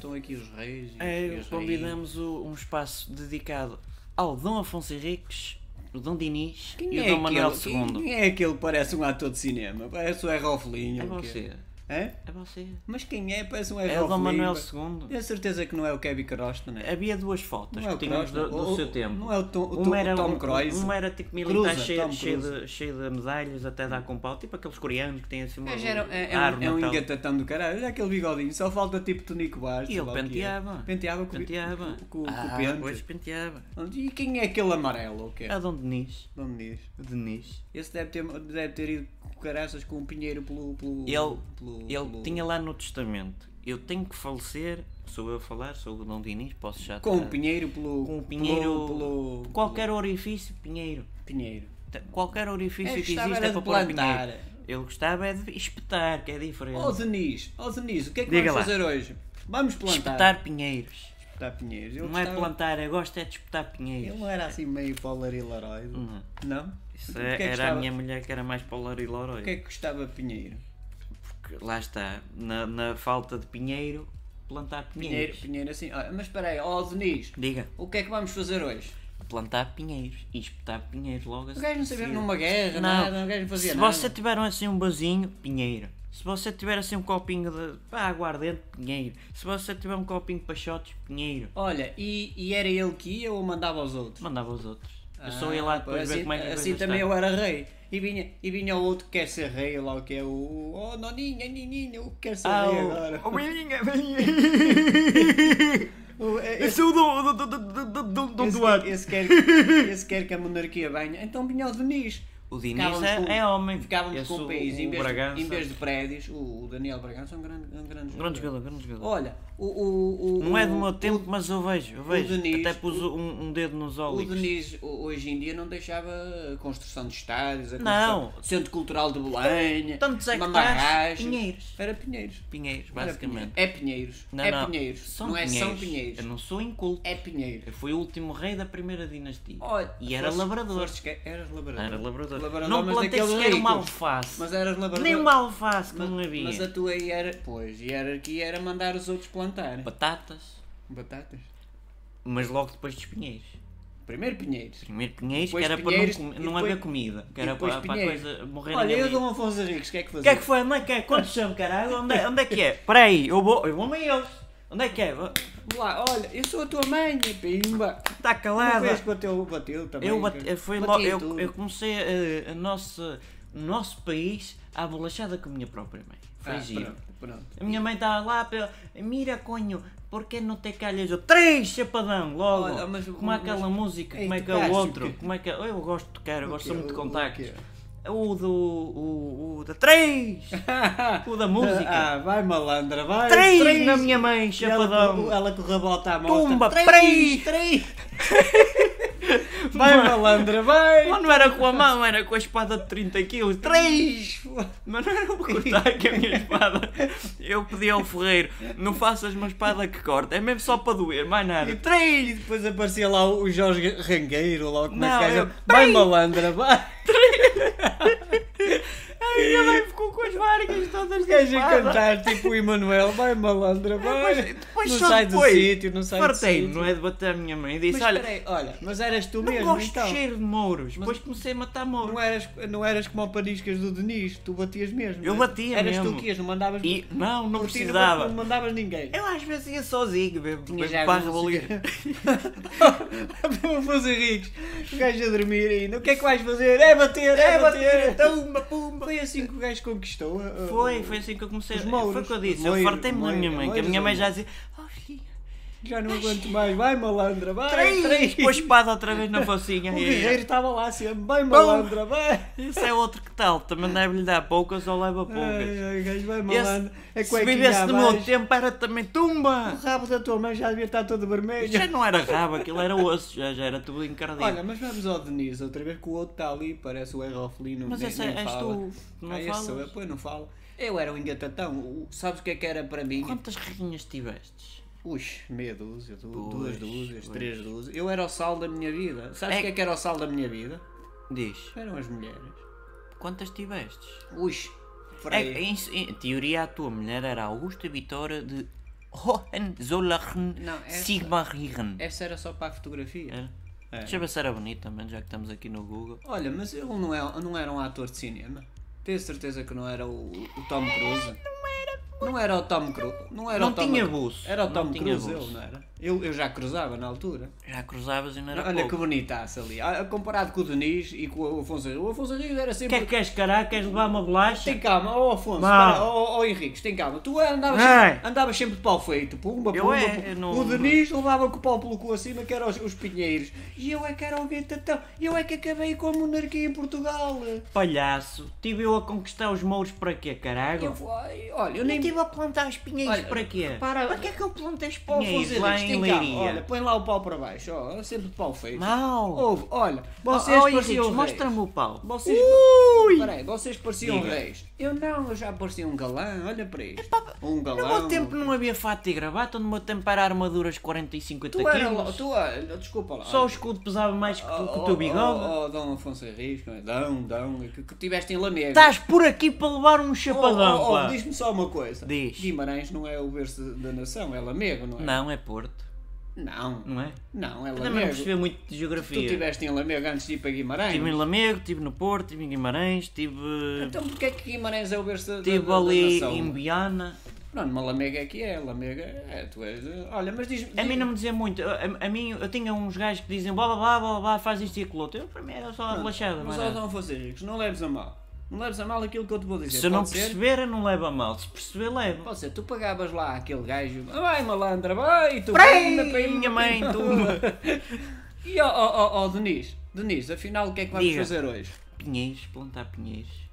são aqui os reis? E e Eh, as convidamos o- um espaço dedicado ao Dom Afonso Henriques, o Dom Dinis Quem e o é, Dom Manuel aquele, II. quem é aquele que parece um ator de cinema? Parece o Errofelinho. É o quê? você. Hã? É você. Mas quem é? Parece um É o Errofelinho. Dom Manuel II. Tenho certeza que não é o Kevin Crosta, né? Havia duas fotos Não é o que tínhamos Costa, do, do o- seu tempo. não é o Tom- o Uma Tom- o era Tom um- Cruise. Uma era tipo militar Cruise, cheio, Tom cheio Cruise. de, cheio de medalhas, até dar com pau, tipo aqueles coreanos que têm assim uma Mas era- é, é um, árvore é um na tela. engatatão do caralho. Olha aquele bigodinho, só falta tipo Tonico Bar. E ele penteava. Penteava com Penteava. com- com o ah, pente. Pois penteava. E quem é aquele amarelo? O que É o Dom Denis. Não me diz. O Denis. Esse deve ter, deve ter ido com caraças com um pinheiro pelo. pelo Ele, pelo, ele pelo- tinha lá no testamento. Eu tenho que falecer, sou eu a falar, sou o Dom Dinis, posso já... Com um pinheiro pelo. Com um pinheiro... Pelo. pelo- qualquer orifício, pinheiro. Pinheiro. Te- Qualquer orifício Ele que gostava existe era é de para pôr um plantar. Oh, pinheiro. Ele gostava é de espetar, que é diferente. Ó Denis, ó Denis, o que é que Diga vamos lá. fazer hoje? Vamos plantar. Espetar pinheiros. Espetar pinheiros. Ele Não é gostava- plantar, eu gosto é de espetar Ele pinheiros. não era assim meio polarilaroide. Não. Não? Uhum. Isso é, Porquê é que era gostava- a minha mulher que era mais para o Larilorói. Porquê é que gostava de pinheiro? Porque lá está, na, na falta de pinheiro, plantar Pinheiro, pinheiros. pinheiro assim. Ah, mas espera aí, ó Denis, Diga, o que é que vamos fazer hoje? plantar pinheiros e espetar pinheiros logo assim. O gajo não sabia seguida. numa guerra, Não. nada, o gajo não fazia Se nada. você tiver um, assim um bazinho, pinheiro. Se você tiver assim um copinho de pá, aguardente, pinheiro. Se você tiver um copinho de pachotes, pinheiro. Olha, e, e era ele que ia ou mandava aos outros? Mandava os outros. Ah, Eu sou ia lá depois pois ver assim, como é que a Assim coisa também está. eu era rei. E vinha, e vinha o outro que quer ser rei, lá o que é o. Oh, Noninha, Nininha, o que quer ser Ah, rei o- agora? Oh, menina, menina. O- é- Eu sou o Dom, Dom, Dom, Dom, Dom, Dom, Dom esse, Duarte. esse, é quer, esse quer que a monarquia venha. Então vinha o Denis. O Dinis Ficávamos é, com- é homem. Ficávamos Eu com sou o país. em, o vez Bragança. de, em vez de prédios, o, o Daniel Bragança é um grande, um grande Grande jogador, grande jogador. Olha, o. o, o Não é do o- meu tempo, mas eu vejo. Eu vejo. Denis- Até pus um, um dedo nos O, o olhos. Denis o- hoje em dia não deixava a construção de estádios, a Não. construção- Centro Cultural de Belém, Tantos hectares. Mamarrachos. Pinheiros. Era Pinheiros. Pinheiros, Era basicamente. Pinheiros. É Pinheiros. Não, é não. Pinheiros. São não é São Pinheiros. Eu Pinheiros. não sou inculto. É Pinheiros. Eu fui o último rei da primeira dinastia. Olha, e era foste- labrador. foste que- Eras labrador. Era labrador. Labrador, Não mas plantei daqueles sequer uma ricos. alface. Mas eras labrador. Nem uma alface que não havia. Mas a tua hier- pois, hierarquia era mandar os outros plantar. Batatas, Batatas. mas logo depois dos pinheiros. Primeiro pinheiros. Primeiro pinheiros, Depois que era pinheiros para não, e com- não depois- haver comida. Que era depois para, para a pinheiros. coisa morrer Olha, eu ali. dou um Afonso Henriques, o que é que O que é que fazes? foi? Onde é que é? Quantos são, caralho? Onde é, onde é que é? Espera aí, eu vou, eu vou a eles. Onde é que é? Lá, olha, eu sou a tua mãe, pimba. Está Uma calada. vez bateu, bateu também. Eu, bate- eu fui Batia logo, eu, tudo. eu comecei eh, a nossa- o nosso país à bolachada com a minha própria mãe. Foi Ah, giro. pronto, pronto. A minha mãe estava lá, pela, mira conho, por que não te calhas? Eu, três chapadão, logo! Olha, mas- como é mas- aquela música, Ei, como é que tocaste é o o outro, quê? como é que é... Eu gosto de tocar, eu O gosto quê? muito de O- o contactos. quê? O do... o, o da três! o da música! Ah, vai malandra, vai. três, na minha mãe, E Ela, com- chapadão! ela com o rebote à mão. Tumba, três! Vai malandra, vai. Mas não era com a mão, era com a espada de 30 quilos. Três! Mas não era para cortar que a minha espada. Eu pedi ao ferreiro, não faças uma espada que corta, é mesmo só para doer, mais nada. Três! E depois aparecia lá o Jorge Rangueiro, lá como Não, é que eu- gajo. Vai Três! malandra, vai! A minha mãe ficou com as vargas todas O gajo a tapadas. cantar tipo o Emanuel, vai malandra, vai! Mas depois não só sai depois. do sítio, não sai do Fartei-me, sítio. não é de bater a minha mãe. Disse: Mas Olha, peraí, olha, mas eras tu não mesmo, gosto então. de cheiro de mouros. Depois comecei a matar mouros. Não eras, não eras como o pariscas do Denis, tu batias mesmo. Eu não é? batia eras mesmo. tu que ias, não mandavas. E não, não o tiro Não precisava. mandavas ninguém. Eu às vezes ia sozinho, mesmo, Tinha já mesmo para algum revalir. Vamos fazer ricos. O gajo a dormir ainda. O que é que vais fazer? É bater, é, bater. Tumba, pumba. Foi assim que o gajo conquistou. a- a- Foi, foi assim que eu comecei. Os foi mouros, o que eu os disse. eu moiros, fartei-me na moiros, minha mãe, que a minha mãe moiros, já dizia: Oh, filho, Já não aguento mais. Vai malandra, vai. três! é. Pôs espada outra vez na focinha. O Ai, ai, ai. guerreiro estava lá sempre. Vai malandra, vai. Isso é outro que tal. Também deve-lhe dar poucas ou leva poucas. Ai, ai, o gajo vai malandra. É Esse, se cuequinha vivesse no meu abaixo. tempo era também O tumba! rabo da tua mãe já devia estar todo vermelho. Já não era rabo, aquilo era osso, já, já era tudo encardido. Olha, mas vamos ao Denis, outra vez que o outro está ali, parece o Erroflino. Mas nem, essa nem és fala. tu, não ah, esse falas? sou eu, pois não falo. Eu era um engatatão, o- sabes o que é que era para mim? Quantas rainhas tivestes? Ux, meia dúzia, du- Pois, duas dúzias, pois. três dúzias. Eu era o sal da minha vida. Sabes o É que é que era o sal da minha vida? Diz, Eram as mulheres. quantas tivestes? Ux, É, freio. em, em teoria, a tua mulher era Augusta Vitória de Hohenzollern Não, essa- Sigmaringen. Essa era só para a fotografia. Era? É. Deixa eu ver se era bonito também, já que estamos aqui no Google. Olha, mas ele não, é, não era um ator de cinema. Tenho certeza que não era o, o Tom Cruise. Não era o Tom Cruise. Não, era Não o Tom tinha Cru- buço. Era o Não Tom tinha Cruise, buço. ele, não era? Eu, eu já cruzava na altura. Já cruzavas e não era Olha que É pouco. bonitaço ali. Ah, Comparado com o Denis e com o Afonso Rios. O Afonso Rios era sempre. que queres, caralho? Queres levar uma bolacha? Tem calma, ó Afonso, Mal. para, ó, ó Henriques, tem calma. Tu andavas, Ai. sempre, andavas sempre de pau feito, pumba, Eu pumba. é, pumba. eu não- O Denis levava com o pau pelo cu acima, que eram os, os pinheiros. E eu é que era o gatatão, eu é que acabei com a monarquia em Portugal. Palhaço, tive eu a conquistar os mouros para quê, caralho? Eu, ai, olha, eu Eu nem... nem estive a plantar os pinheiros Olha, para quê? repara- Para que é que eu plantei os Ó, pinheiros Afonso lá Henriques, em tem calma. Leiria? Olha, põe lá o pau para baixo, ó, é sempre de pau feito. Mau! Ouve, olha, Oh, vocês oh, pareciam Henriques, reis. mostra-me o pau. Vocês... Ui! Peraí, vocês pareciam Diga. reis. Eu não, eu já parecia um galã, olha para isto. um No galã. meu um- tempo não havia fato e gravata, no meu tempo era armaduras 40 e 50 Tu era lo- quilos. tu era- desculpa lá. um- Só o escudo pesava mais que, tu- que o Oh, teu oh, bigode. Oh, oh, Dom Afonso Henriques, não é? Dão, Dão, que, que tiveste em Lamego. Estás por aqui para levar um Oh, chapadão, oh, oh, Tá, pá. Diz-me só uma coisa. Diz. Guimarães não é o berço da nação, é Lamego, não é? Não, é Porto, Não, não é? não, é Eu também não Lamego. percebi muito de Tu geografia. estiveste em Lamego antes de ir para Guimarães? Estive em Lamego, estive no Porto, estive em Guimarães, estive, Então porquê é que Guimarães é o berço da, da, da, estive da ali nação? em Biana. Pronto, mas Lamego é que é, Lamego é, tu és... Olha, mas diz-me... A mim não me dizia muito. A, a- a mim, eu tinha uns gajos que dizem blá blá blá blá blá, faz isto e aquilo outro. Eu, para mim, era só relaxada. Mas, Mas ó, Dom Afonso Henriques, não leves a mal. Não leves a mal aquilo que eu te vou dizer. se eu não Pode ser? perceber, eu não levo a mal. Se perceber, levo. Ou seja, tu pagavas lá aquele gajo, "Ah, vai malandra, vai, tu anda para aí." Prei, minha mãe, tu. E ó, ó, ó, ó, Denis, Denis, afinal o que é que vamos Diga. fazer hoje? Pinheiros, plantar pinheiros.